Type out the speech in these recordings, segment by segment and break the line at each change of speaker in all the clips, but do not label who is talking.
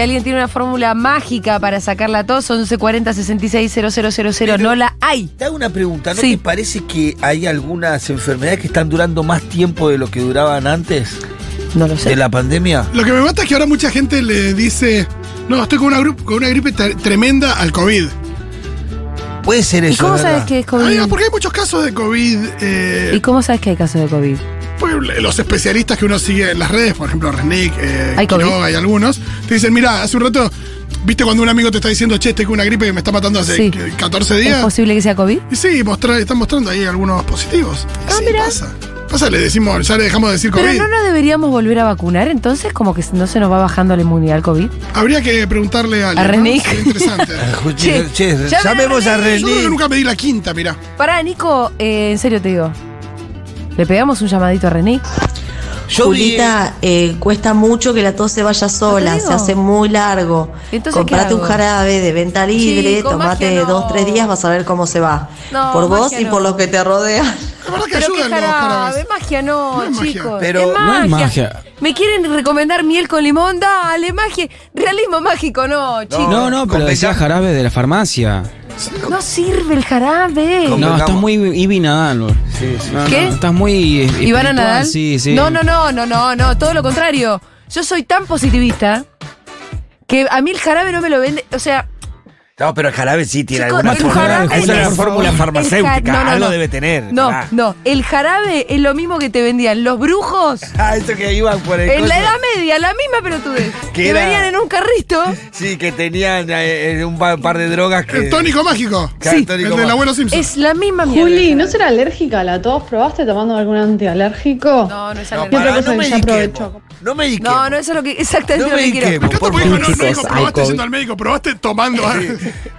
alguien tiene una fórmula mágica para sacar la tos, 1140 000, no la hay.
Te hago una pregunta, ¿no
Sí.
te parece que hay algunas enfermedades que están durando más tiempo de lo que duraban antes
No lo sé.
de la pandemia?
Lo que me mata es que ahora mucha gente le dice, no, estoy con una, gru- con una gripe tre- tremenda al COVID.
Puede ser
¿Y
eso.
cómo
¿verdad?
sabes que es
Ah,
COVID?
digo, porque hay muchos casos de COVID. eh,
¿Y cómo sabes que hay casos de COVID?
pues, los especialistas que uno sigue en las redes, por ejemplo, Resnick, eh,
Hay COVID.
Quiroga y algunos, te dicen, mira, hace un rato, ¿viste cuando un amigo te está diciendo, che, estoy con una gripe que me está matando hace
Sí.
que- 14
¿Es
días?
posible que sea COVID?
Y sí, mostra- están mostrando ahí algunos positivos. Y sí, pasa. Pasa, le decimos, ya le dejamos de decir
Ah, Pero
COVID.
no nos deberíamos volver a vacunar, entonces como que no se nos va bajando la inmunidad al COVID.
Habría que preguntarle a, alguien, ¿no?
Resnick.
Sería interesante.
Escuche,
Che,
Ah, che,
llame a
llamemos a
Yo creo que
René.
nunca pedí la quinta, mirá.
Pará, Nico, eh, en serio te digo. ¿Le pegamos un llamadito a René?
Ah,
Yo vi-
Julita, eh, cuesta mucho que la tos se vaya sola,
¿Ah, digo.
se hace muy largo.
Entonces, ¿qué
Comprate un
hago?
jarabe de venta libre,
Chico,
tomate
magia no.
dos, tres días, vas a ver cómo se va.
No,
por vos
magia
y
no.
por los que te rodean.
La verdad
Pero
que
qué
ayudan los
jarabe,
jarabes.
magia no,
No es magia.
chicos.
Pero
es
no
magia.
es magia.
¿Me quieren recomendar miel con limón? Dale, magia. Realismo mágico, no, chicos.
No, no, pero decía
Compensar.
jarabe de la farmacia.
No, sirve el jarabe.
Com-
No,
Compensamos.
estás muy Ibi Nadal. boludo. No, no,
¿Qué?
estás muy. eh,
¿Ivana
espiritual,
Nadal?
Sí, sí.
No, no, no, no, no, no, todo lo contrario. Yo soy tan positivista que a mí el jarabe no me lo vende, o sea,
No, pero el jarabe sí tiene
Chicos,
alguna
el
fórmula.
jarabe-
Es una
el-
fórmula
el ja-
farmacéutica,
no, no,
algo
no.
debe tener.
no,
Ah.
no, el jarabe es lo mismo que te vendían los brujos
Ah, eso que iban por el
en
coso.
la Edad Media, la misma pelotudez.
Que
Que
era-
venían en un carrito.
Sí, que tenían eh, eh, un pa- par de drogas que...
El tónico mágico.
Sí.
Eh, El del abuelo Simpson.
Es la misma mierda.
Juli, ¿no será alérgica a la tos? ¿Probaste tomando algún antialérgico?
No, no es
No,
alérgico.
Otra
pará,
cosa
no
que
me
ya
diquemos.
aprovecho.
No me diquemos.
No, no es lo que exactamente
No
lo
me
que quiero.
diquemos.
¿Qué te
Por
puede
favor.
no, no dijo,
Chicos, hay
probaste
COVID.
yendo al médico, probaste tomando.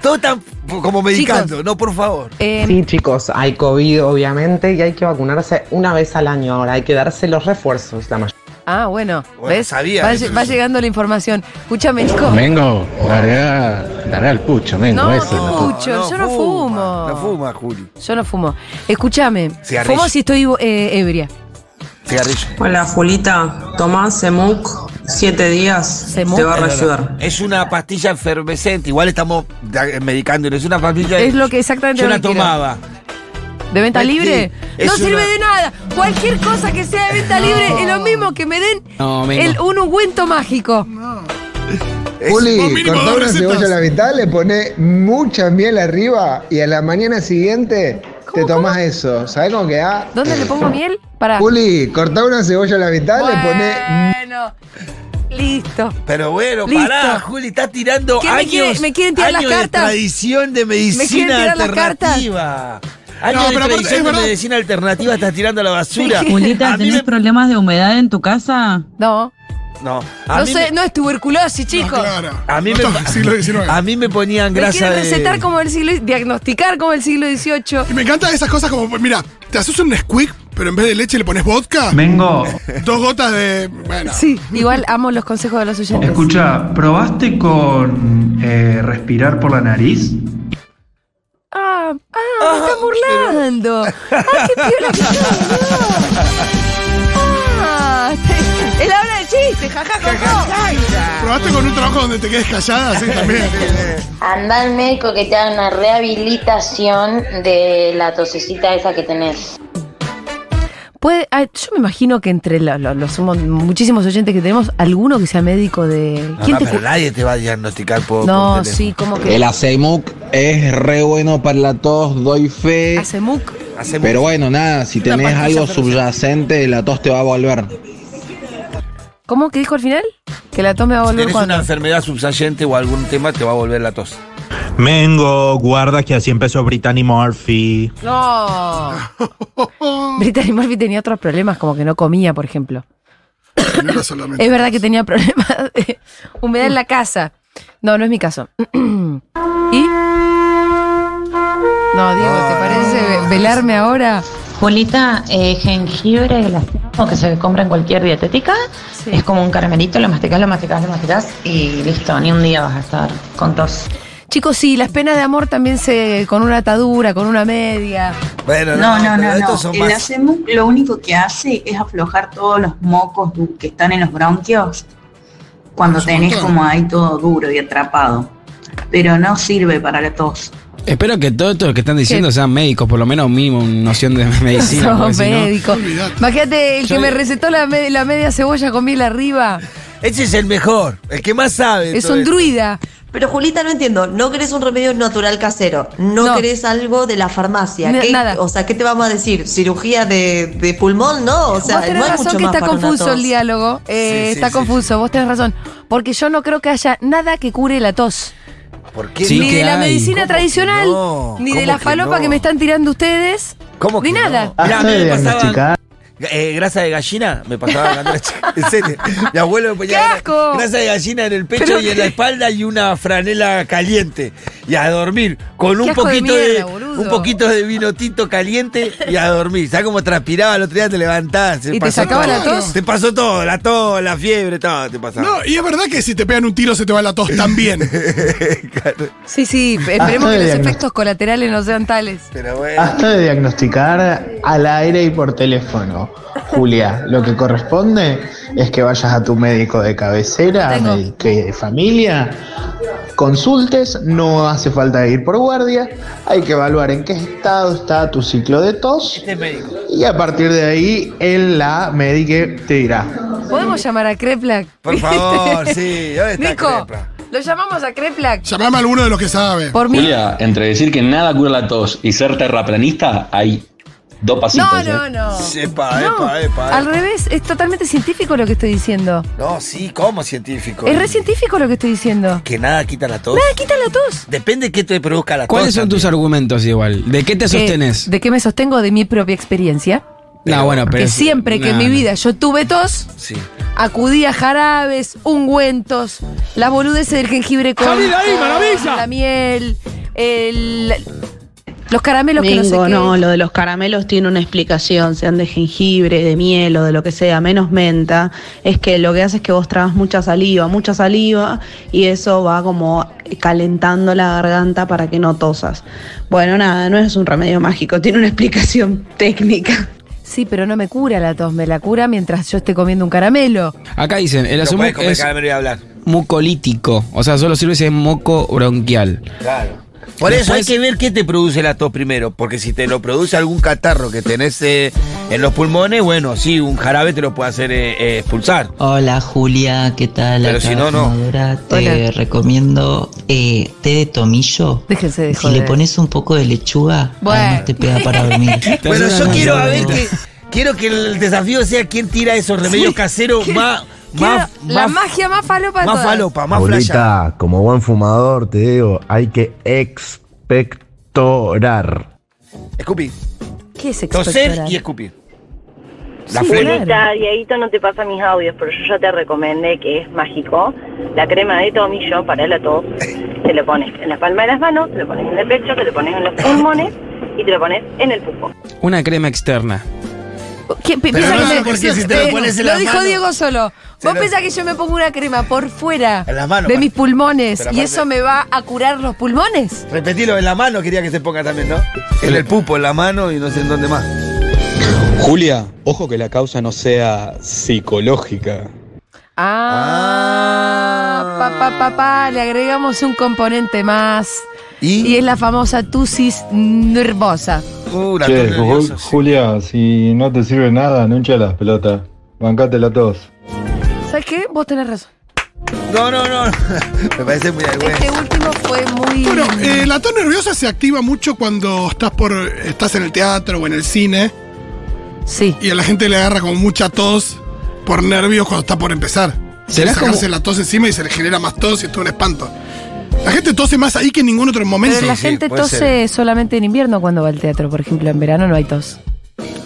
Todo tan como medicando.
Chicos.
No, por favor.
Eh,
Sí, chicos, hay COVID obviamente y hay que vacunarse una vez al año ahora, hay que darse los refuerzos, la mayoría.
Ah, bueno,
Bueno,
¿ves?
sabía
va,
eso,
lle- va
eso.
llegando la información. Escúchame, Nico.
Mengo, dará, dará el pucho, Mengo,
No,
eso.
no. Pucho, yo no fumo.
No fuma, Juli.
Yo no fumo. Escúchame.
Cigarrillo.
Fumo si estoy eh, ebria.
Cigarrillo.
Hola Julita, tomás Semuc, siete días,
Semuc.
te va a
No, no, no.
reayudar.
Es una pastilla efervescente. Igual estamos da- medicándonos. Es una pastilla...
Es lo que exactamente
Yo
lo
la
que quiero.
tomaba.
¿De venta
Sí,
libre?
es
no
una-
sirve de nada. Cualquier cosa que sea de venta libre es lo mismo que me den
No, vengo.
el, un ungüento mágico.
Es-
vos mínimo cortá dos una recetas. cebolla a la
mitad, le pones mucha miel arriba y a la mañana siguiente
¿Cómo, tomás cómo?
eso. ¿Sabes cómo queda?
¿Dónde le pongo miel? Para.
Juli, cortá una cebolla a la mitad,
Bueno. Listo.
Pero bueno,
Listo.
pará, Juli, está tirando
¿Qué me
años,
quiere- me quieren tirar las
años
cartas?
de tradición de
¿Me quieren
medicina
tirar las cartas?
alternativa. Años
No,
de
pero aparte,
tradición
es
de
verdad.
medicina alternativa estás tirando a la basura.
Julita,
A mí
¿tenés
me-
problemas de humedad en tu casa?
No.
No, a
No
mí
sé,
me-
no es tuberculosis, chicos.
Ah, claro.
A mí,
No
me,
estamos en el siglo XIX.
a mí me ponían
Me
grasa
quieren
de...
recetar como el siglo, diagnosticar como el siglo XVIII.
Y me encantan esas cosas como, mira, te haces un Nesquik, pero en vez de leche le pones vodka,
Mengo,
dos gotas de. Bueno.
Sí, igual amo los consejos de los oyentes.
escucha, ¿probaste con
eh,
respirar por la nariz?
Ah, ah, me están burlando. Ah, qué piola que son, no. Ah, él habla de chiste, jajaja.
Probaste con un trabajo donde te quedes callada, sí, también.
Anda al médico que te haga una rehabilitación de la tosecita esa que tenés.
Puede, ah, yo me imagino que entre lo- lo- los mo- muchísimos oyentes que tenemos, alguno que sea médico de.
No,
¿Quién
no,
te
pero
cu-
nadie te va a diagnosticar por
No,
por teléfono.
sí, como que.
acemuc es re bueno para la tos, doy fe.
Hace muc.
Hacemos-
bueno, nada, si
Una tenés pastilla algo fermescente.
subyacente, la tos te va a volver.
¿Cómo que dijo al final? Que la tome va a
si
volver
tenés una
cuando.
enfermedad subyacente o algún tema, te va a volver la tos.
Mengo, guarda que así empezó Brittany Murphy.
No. Brittany Murphy tenía otros problemas, como que no comía, por ejemplo.
No era solamente.
Es verdad que tenía problemas de humedad en la casa. No, no es mi caso. ¿Y? No, Diego, ¿te parece
Ah.
ve- velarme ahora?
Julita, eh, jengibre glaseado que se compra en cualquier dietética.
Sí. Es
como un caramelito, lo masticás, lo masticás, lo masticás y listo, ni un día vas a estar con tos.
Chicos, sí, las penas de amor también se. con una atadura, con una media.
Bueno,
No, no,
pero
no,
estos
no.
son
El
más-
ACEMUC lo único que hace es aflojar todos los mocos du- que están en los bronquios
cuando tenés como ahí todo duro y atrapado. Pero no sirve para la tos.
Espero que todos los que están diciendo sean médicos, por lo menos mínimo noción de medicina.
Sos
porque si no-
médico. Imagínate, el
Yo-
que me recetó la, me- la media cebolla con miel arriba.
Ese es el mejor, el que más sabe. de
Es
todo
un
esto.
druida.
Pero Julita, no entiendo, no querés un remedio natural casero, no, querés algo de la farmacia.
Na-
¿Qué-
nada.
O sea, ¿qué te vamos a decir? ¿Cirugía de, de pulmón? No, o sea,
Vos tenés
no hay
razón
mucho
que
más
está
para una
confuso el
tos.
diálogo. Eh,
Sí, sí,
está
sí,
confuso, vos tenés razón. Porque yo no creo que haya nada que cure la tos.
¿Por qué
Sí
no?
ni de la medicina tradicional, ni de
¿Cómo
la
que
falopa
no?
que me están tirando ustedes.
¿Cómo
ni
que
nada.
no? Mirá, a mí me
Hasta
pasaban-
diagnosticar.
Eh, grasa de gallina me pasaba cuando era chico. En serio. Mi abuelo me ponía grasa de gallina en el pecho
Pero
y en
qué-
la espalda y una franela caliente. Y a dormir. Con
Qué
un
asco de
poquito de,
mierda, boludo.
un poquito de vino tinto caliente y a dormir. ¿Sabes cómo transpiraba? El otro día te levantabas. se
¿Y te
pasó
sacaba
todo.
la tos?
Te pasó todo, la tos, la fiebre, todo te pasaba.
No, y es verdad que si te pegan un tiro se te va la tos también.
Sí, sí, esperemos que
Hasta
los
diagnosticar.
efectos colaterales no sean tales.
Pero bueno.
Hasta de diagnosticar al aire y por teléfono. Julia, lo que corresponde es que vayas a tu médico de cabecera, médico de familia, consultes, no hace falta ir por guardia, hay que evaluar en qué estado está tu ciclo de tos
Este es médico.
y a partir de ahí el la médica te dirá.
¿Podemos llamar a Kreplak?
Por favor, sí. ¿Dónde
está Nico, lo llamamos a Kreplak.
Llamame a alguno de los que sabe.
Por mí.
Julia, entre decir que nada cura la tos y ser terraplanista, hay dos pasitos.
pues,
¿eh?
No,
eh.
no, no.
ah, Epa,
No,
epa, epa.
Al revés, es totalmente científico lo que estoy diciendo.
No, sí, ¿cómo científico?
Es re científico lo que estoy diciendo.
Que nada quita la tos.
Nada, quita la tos.
Depende de qué te produzca la
¿Cuáles
tos.
son tus argumentos igual? ¿De qué te sostenes?
Eh, ¿De qué me sostengo? De mi propia experiencia.
no, bueno, pero.
que
es-
siempre que en
nah,
mi
no.
vida yo tuve tos,
Sí.
acudí a jarabes, ungüentos, las boludeces del jengibre con,
¡Salí de ahí,
con
maravilla!
la miel, el- los caramelos que no sé
Mingo,
qué.
no, lo de los caramelos tiene una explicación, sean de jengibre, de miel o de lo que sea, menos menta. Es que lo que hace es que vos trabas mucha saliva, mucha saliva, y eso va como calentando la garganta para que no tosas. Bueno, nada, no es un remedio mágico, tiene una explicación técnica.
Sí, pero no me cura la tos, me la cura mientras yo esté comiendo un caramelo.
Acá dicen, el
No
asomo
puedes comer
es
caramelo y hablar.
mucolítico. O sea, solo sirve si es moco bronquial.
Claro. Por eso hay
Después-
que ver qué te produce la tos primero, porque si te lo produce algún catarro que tenés eh, en los pulmones, bueno, sí, un jarabe te lo puede hacer eh, eh, expulsar.
Hola Julia, ¿qué tal?
Pero
Acá
si no, no.
Amadora. Te
Hola.
recomiendo eh, té de tomillo.
Déjense de
Si le
joder.
pones un poco de lechuga,
Bueno.
además te pega para dormir.
Bueno, yo quiero a ver que quiero que el desafío sea quién tira esos remedios caseros más, más,
Quiero la
más-
magia más falopa de
más
todas.
falopa, más flaya.
Paulita, como buen fumador, te digo, hay que expectorar.
Escupir.
¿Qué es
Toser
expectorar?
y escupir.
La
Sí,
Julita,
claro.
Ah, Dieguito no te pasa mis audios, pero yo ya te recomendé que es mágico. La crema de tomillo para la tos, te lo pones en la palma de las manos, te lo pones en el pecho, te lo pones en los pulmones y te lo pones en el pulmón.
Una crema externa.
¿Qué- pi-
Pero
piensa
no
que
sé
me-
por qué, si te lo
eh,
pones en
lo
la
dijo
mano.
Diego solo.
Se
Vos
lo-
pensás que yo me pongo una crema por fuera
En las manos,
de
pa-
mis pulmones
Pero
y
aparte-
eso me va a curar los pulmones.
Repetilo en la mano, quería que se ponga también, ¿no? En el pupo, en la mano y no sé en dónde más.
Julia, ojo que la causa no sea psicológica.
Ah, papá, papá, le agregamos un componente más.
¿Y?
es la famosa tusis nervosa.
Uh,
Che, Ju- Julia, si no te sirve nada, no hinchas las pelotas. Bancate la tos.
¿Sabes qué? Vos tenés razón.
No, no, no. Me parece muy vergüenza.
Este último fue muy.
Bueno, eh, la tos nerviosa se activa mucho cuando estás por estás en el teatro o en el cine.
Sí.
Y a la gente le agarra como mucha tos por nervios cuando está por empezar.
¿Será
Quiere sacarse
como-
la tos encima y se le genera más tos y es todo un espanto. La gente tose más ahí que en ningún otro momento.
Pero la gente tose solamente en invierno cuando va al teatro, por ejemplo, en verano no hay tos.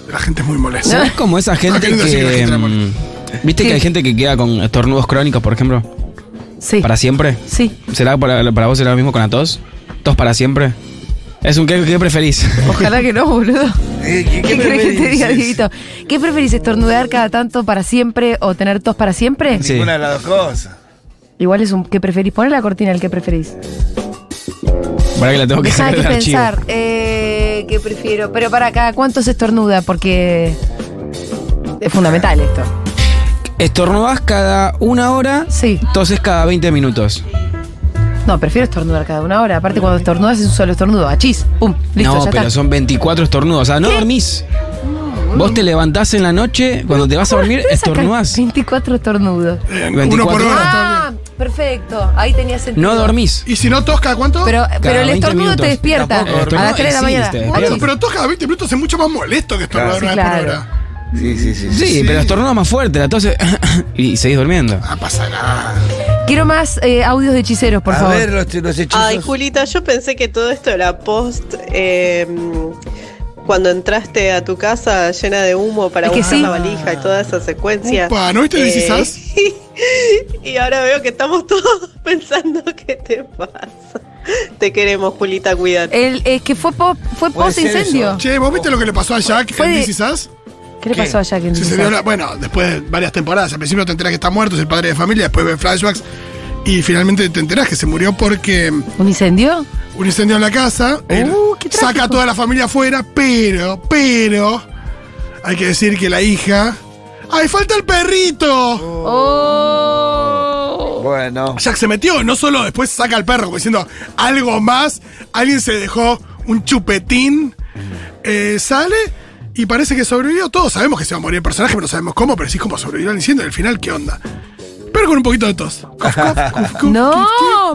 La gente es muy molesta.
¿Sabes cómo esa gente
Acá hay una señora
que.
entra por-
mm, ¿Viste que hay gente que queda con estornudos crónicos, por ejemplo?
Sí.
¿Para siempre?
Sí.
¿Será para, para vos será lo mismo con la tos? ¿Tos para siempre? Es un que, que preferís.
Ojalá que no, boludo. ¿Qué, crees que te diga, Dieguito? ¿Qué preferís, estornudar cada tanto para siempre o tener tos para siempre?
Ninguna de las dos cosas.
Igual es un ¿qué preferís? Poner la cortina, el que preferís.
Para que la tengo que
Deja
sacar
que
del archivo.
pensar. Eh, ¿Qué prefiero? Pero para acá, ¿cuánto se estornuda? Porque es fundamental esto.
Estornudás cada una hora.
Sí.
Toses cada 20 minutos.
No, prefiero estornudar cada una hora. Aparte, cuando estornudas es un solo estornudo. Achis, pum, listo,
no,
ya
pero
está.
son 24 estornudos. O sea, no dormís. Vos te levantás en la noche, cuando te vas a dormir,
Ustedes sacan
estornudás.
24 estornudos.
eh,
24
Ah, perfecto. Ahí tenía sentido.
No dormís.
¿Y si no tosca, cuánto?
Pero, pero el estornudo te despierta a las 3 de la mañana.
Ah, no, pero tosca a 20 minutos es mucho más molesto que estornudar
Claro.
una
Sí,
vez por
claro.
hora.
Sí, sí, sí.
Sí, pero estornudas más fuerte, la tose y seguís durmiendo.
Ah, pasa nada.
Quiero más eh, audios de hechiceros, por
a
favor.
ver los, los hechizos.
Ay, Julita, yo pensé que todo esto era post. eh, cuando entraste a tu casa llena de humo para
Es que
buscar
sí.
la valija y toda esa secuencia.
Upa, ¿no viste
Eh,
This Is Us?
y ahora veo que estamos todos pensando qué te pasa. Te queremos, Julita, cuídate.
El, es que fue, po- fue post incendio.
Che, ¿vos viste lo que le pasó a Jack
Fue
en
de-
This Is Us?
¿Qué le pasó a Jack en
Sí,
This
se
Is
dio
Us?
la- Bueno, después de varias temporadas, al principio te enteras que está muerto, es el padre de familia, después ves flashbacks y finalmente te enterás que se murió porque
¿Un incendio?
un incendio en la casa, él saca a toda la familia afuera, pero, pero, hay que decir que la hija... ¡Ay, falta el perrito!
Bueno.
Jack se metió, no solo después saca al perro, como diciendo algo más, alguien se dejó un chupetín, eh, sale y parece que sobrevivió. Todos sabemos que se va a morir el personaje, pero no sabemos cómo, pero sí cómo sobrevivió al incendio, al final, ¿qué onda? Pero con un poquito de tos. Cof, cof, cof, cof.
¡No!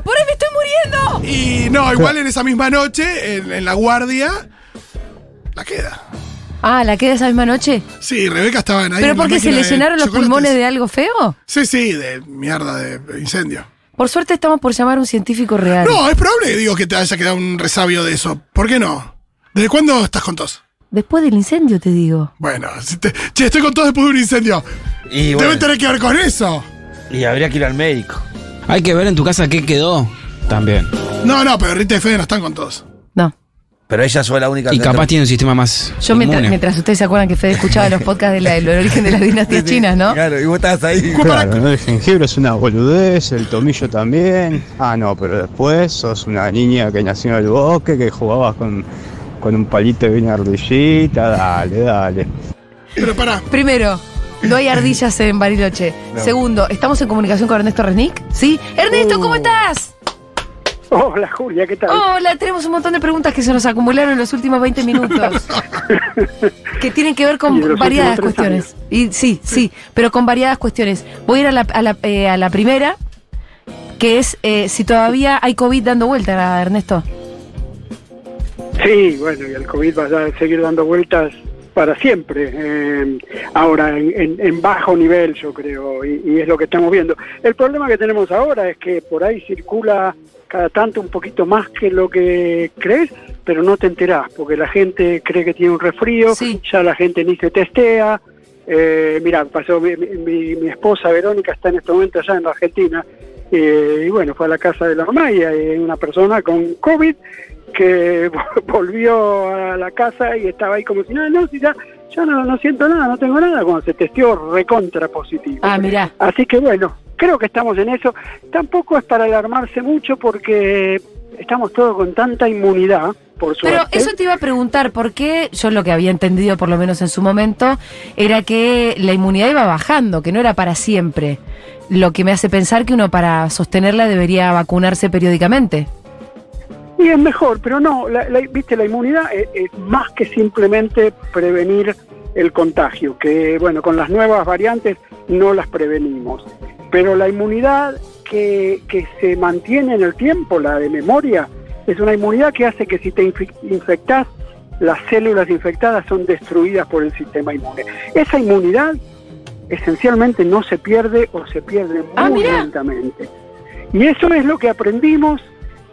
¡Por ahí me estoy muriendo!
Y no, igual en esa misma noche, en, en la guardia, la queda.
Ah, ¿la queda esa misma noche?
Sí, Rebeca estaba ahí.
¿Pero
en la
porque se
máquina
le
de
llenaron los
chocolates.
pulmones de algo feo?
Sí, sí, de mierda, de incendio.
Por suerte estamos por llamar a un científico real.
No, es probable que digo que te haya quedado un resabio de eso. ¿Por qué no? ¿Desde cuándo estás con tos?
Después del incendio, te digo.
Bueno, si te- che, estoy con tos después de un incendio.
Y
Debe
bueno,
tener que ver con eso.
y habría que ir al médico.
Hay que ver en tu casa qué quedó también.
No, no, pero Rita y Fede no están con tos.
Pero ella fue la única
Y
que
capaz tiene un sistema más.
Yo mientras,
inmune.
mientras ustedes se acuerdan que Fede escuchaba los podcasts del de la- del origen de las dinastías chinas, ¿no?
Claro, y vos estabas ahí.
Claro, ¿no? el jengibre es una boludez, el tomillo también. Ah, no, pero después sos una niña que nació en el bosque, que jugabas con, con un palito de una ardillita. Dale, dale.
Pero pará.
Primero, no hay ardillas en Bariloche.
No.
Segundo, estamos en comunicación con Ernesto Resnick. ¿Sí? Ernesto, ¿cómo estás?
Uh. Hola Julia, ¿qué tal?
Hola, tenemos un montón de preguntas que se nos acumularon en los últimos 20 minutos. que tienen que ver
Y de
con
los
variadas
últimos tres
cuestiones. Y, sí, sí, pero con variadas cuestiones. Voy a ir a la, a la, eh, a la primera, que es eh, si todavía hay COVID dando vuelta, Ernesto.
Sí, bueno, y el COVID va a seguir dando vueltas para siempre. eh, ahora, en, en- en bajo nivel, yo creo, y, y es lo que estamos viendo. El problema que tenemos ahora es que por ahí circula cada tanto un poquito más que lo que crees, pero no te enterás, porque la gente cree que tiene un resfrío, ya la gente ni se testea. Eh, mira, pasó mi, mi- mi esposa Verónica, está en este momento allá en la Argentina, eh, y bueno, fue a la casa de la mamá y hay una persona con COVID que volvió a la casa y estaba ahí como si nada, no, si ya, yo no, no siento nada, no tengo nada, cuando se testió recontra positivo.
Ah, mirá.
Así que bueno, creo que estamos en eso. Tampoco es para alarmarse mucho porque estamos todos con tanta inmunidad, por suerte.
Pero eso te iba a preguntar, ¿por qué? Yo lo que había entendido, por lo menos en su momento, era que la inmunidad iba bajando, que no era para siempre. Lo que me hace pensar que uno para sostenerla debería vacunarse periódicamente.
Y es mejor, pero no, la, la- viste, la inmunidad es, es más que simplemente prevenir el contagio, que bueno, con las nuevas variantes no las prevenimos. Pero la inmunidad que, que se mantiene en el tiempo, la de memoria, es una inmunidad que hace que si te infi- infectás, las células infectadas son destruidas por el sistema inmune. Esa inmunidad esencialmente no se pierde o se pierde muy lentamente. Y eso es lo que aprendimos,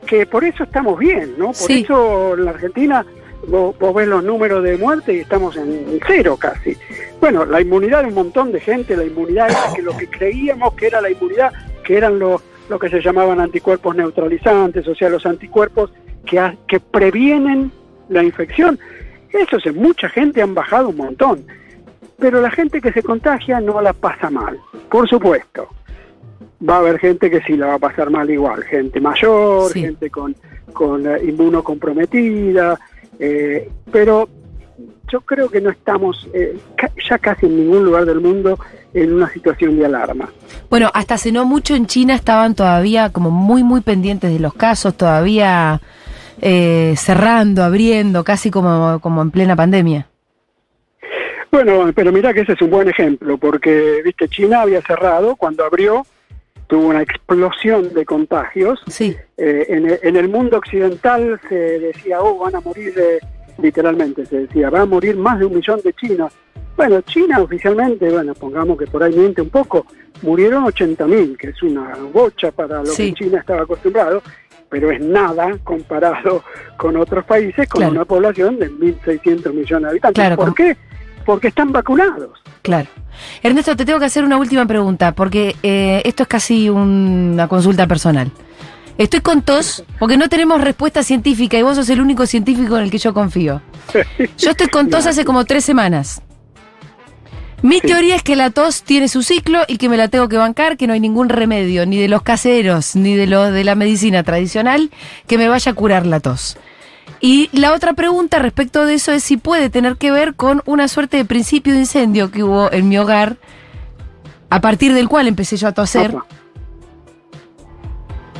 que por eso estamos bien, ¿no? Por eso en la Argentina vos, vos ves los números de muerte y estamos en cero casi. Bueno, la inmunidad de un montón de gente, la inmunidad era que lo que creíamos que era la inmunidad, que eran los lo que se llamaban anticuerpos neutralizantes, o sea, los anticuerpos que, ha- que previenen la infección. Esos en mucha gente han bajado un montón pero la gente que se contagia no la pasa mal, por supuesto. Va a haber gente que sí la va a pasar mal igual, gente mayor, gente con, con eh, inmunocomprometida, eh, pero yo creo que no estamos eh, ca- ya casi en ningún lugar del mundo en una situación de alarma.
Bueno, hasta hace no mucho en China estaban todavía como muy, muy pendientes de los casos, todavía eh, cerrando, abriendo, casi como, como en plena pandemia.
Bueno, pero mirá que ese es un buen ejemplo, porque viste China había cerrado, cuando abrió tuvo una explosión de contagios. Eh, en, e- en el mundo occidental se decía, oh, van a morir, de, literalmente se decía, van a morir más de un millón de chinos. Bueno, China oficialmente, bueno, pongamos que por ahí miente un poco, murieron 80.000, que es una bocha para lo
Sí.
que China estaba acostumbrado, pero es nada comparado con otros países con
Claro.
una población de 1.600 millones de habitantes.
Claro,
¿Por
con-
qué? Porque están vacunados.
Claro. Ernesto, te tengo que hacer una última pregunta, porque eh, esto es casi un- una consulta personal. Estoy con tos, porque no tenemos respuesta científica y vos sos el único científico en el que yo confío. Yo estoy con tos hace como tres semanas. Mi teoría es que la tos tiene su ciclo y que me la tengo que bancar, que no hay ningún remedio, ni de los caseros, ni de los de la medicina tradicional, que me vaya a curar la tos. Y la otra pregunta respecto de eso es si puede tener que ver con una suerte de principio de incendio que hubo en mi hogar, a partir del cual empecé yo a toser.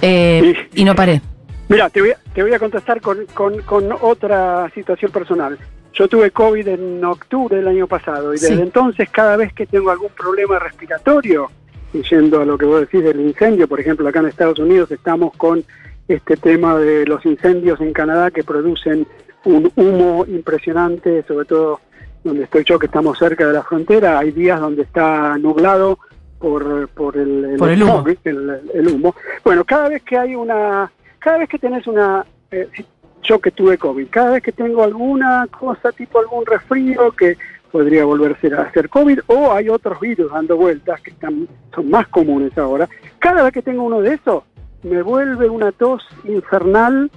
Eh, y no paré.
Mira, te voy a, te voy a contestar con, con- con otra situación personal. Yo tuve COVID en octubre del año pasado y desde
Sí.
entonces cada vez que tengo algún problema respiratorio, y yendo a lo que vos decís del incendio, por ejemplo, acá en Estados Unidos estamos con este tema de los incendios en Canadá que producen un humo impresionante, sobre todo donde estoy yo, que estamos cerca de la frontera, hay días donde está nublado por, por el,
Por el humo.
smog, el- el humo. Bueno, cada vez que hay una, cada vez que tenés una, eh, si- yo que tuve COVID, cada vez que tengo alguna cosa tipo algún resfrío que podría volverse a hacer COVID o hay otros virus dando vueltas que están, son más comunes ahora, cada vez que tengo uno de esos me vuelve una tos infernal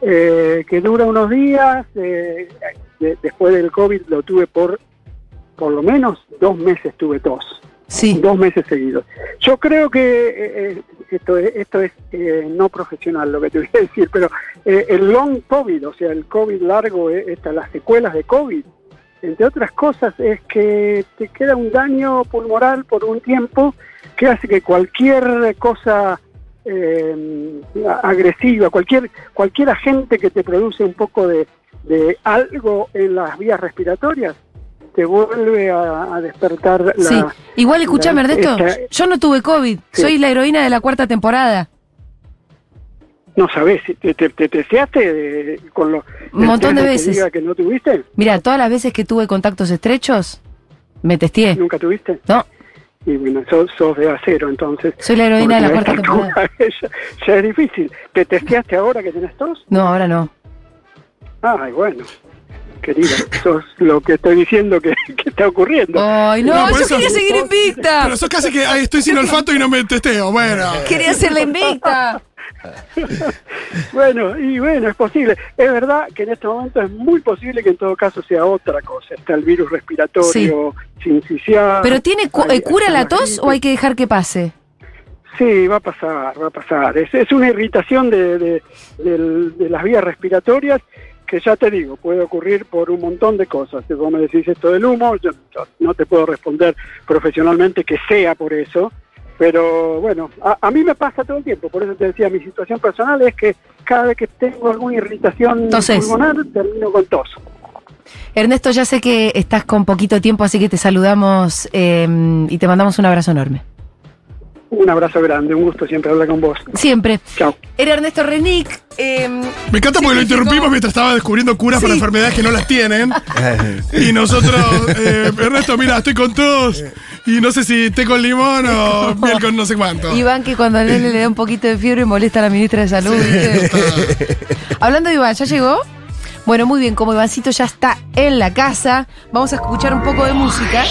eh, que dura unos días, eh, de- después del COVID lo tuve por por lo menos dos meses tuve tos.
Sí.
Dos meses seguidos. Yo creo que eh, eh, esto, es- esto es eh, no profesional lo que te voy a decir, pero eh, el long COVID, o sea, el COVID largo, eh, esta- las secuelas de COVID, entre otras cosas, es que te queda un daño pulmonar por un tiempo que hace que cualquier cosa eh, agresiva, cualquier, cualquier agente que te produce un poco de, de algo en las vías respiratorias, te vuelve a, a despertar la...
Sí. Igual escuchame,
la-
Ernesto,
esta-
yo no tuve COVID, soy la heroína de la cuarta temporada.
no sabés, ¿te, te, te testeaste de- con los...
Un montón de
que
veces.
diga que no tuviste?
Mira, todas las veces que tuve contactos estrechos, me testeé.
¿Nunca tuviste?
No.
Y bueno, sos, sos de acero, entonces.
Soy la heroína de la
Porque
cuarta temporada.
ya, ya es difícil. ¿Te testeaste ahora que tenés tos?
No, ahora no.
Ay, bueno. Querida, sos lo que estoy diciendo que, que está ocurriendo.
Ay, no,
por
yo
eso-
quería seguir invicta.
Pero sos casi que ahí estoy sin olfato y no me testeo. Bueno.
Quería ser la invicta.
Bueno, y bueno, es posible. Es verdad que en este momento es muy posible que en todo caso sea otra cosa. Está el virus respiratorio, sincicial.
¿Pero tiene cu-
hay-
eh, cura
hay
la
una
tos
gripe.
o hay que dejar que pase?
Sí, va a pasar, va a pasar. Es, es una irritación de, de- del- de las vías respiratorias que ya te digo, puede ocurrir por un montón de cosas. Si vos me decís esto del humo, yo yo no te puedo responder profesionalmente que sea por eso, pero bueno, a, a mí me pasa todo el tiempo, por eso te decía, mi situación personal es que cada vez que tengo alguna irritación
Entonces.
pulmonar, termino con tos.
Ernesto, ya sé que estás con poquito tiempo, así que te saludamos eh, y te mandamos un abrazo enorme.
Un abrazo grande, un gusto siempre hablar con vos.
Siempre.
Chao.
Era Ernesto Renick. em,
Me encanta porque lo interrumpimos mientras estaba descubriendo curas para enfermedades que no las tienen. Y nosotros, eh, Ernesto, mira, estoy con tos. Y no sé si té con limón o miel con no sé cuánto.
Iván, que cuando a Nele le da un poquito de fiebre molesta a la ministra de Salud. ¿viste? Hablando de Iván, ¿ya llegó? Bueno, muy bien, como Ivancito ya está en la casa, vamos a escuchar un poco de música.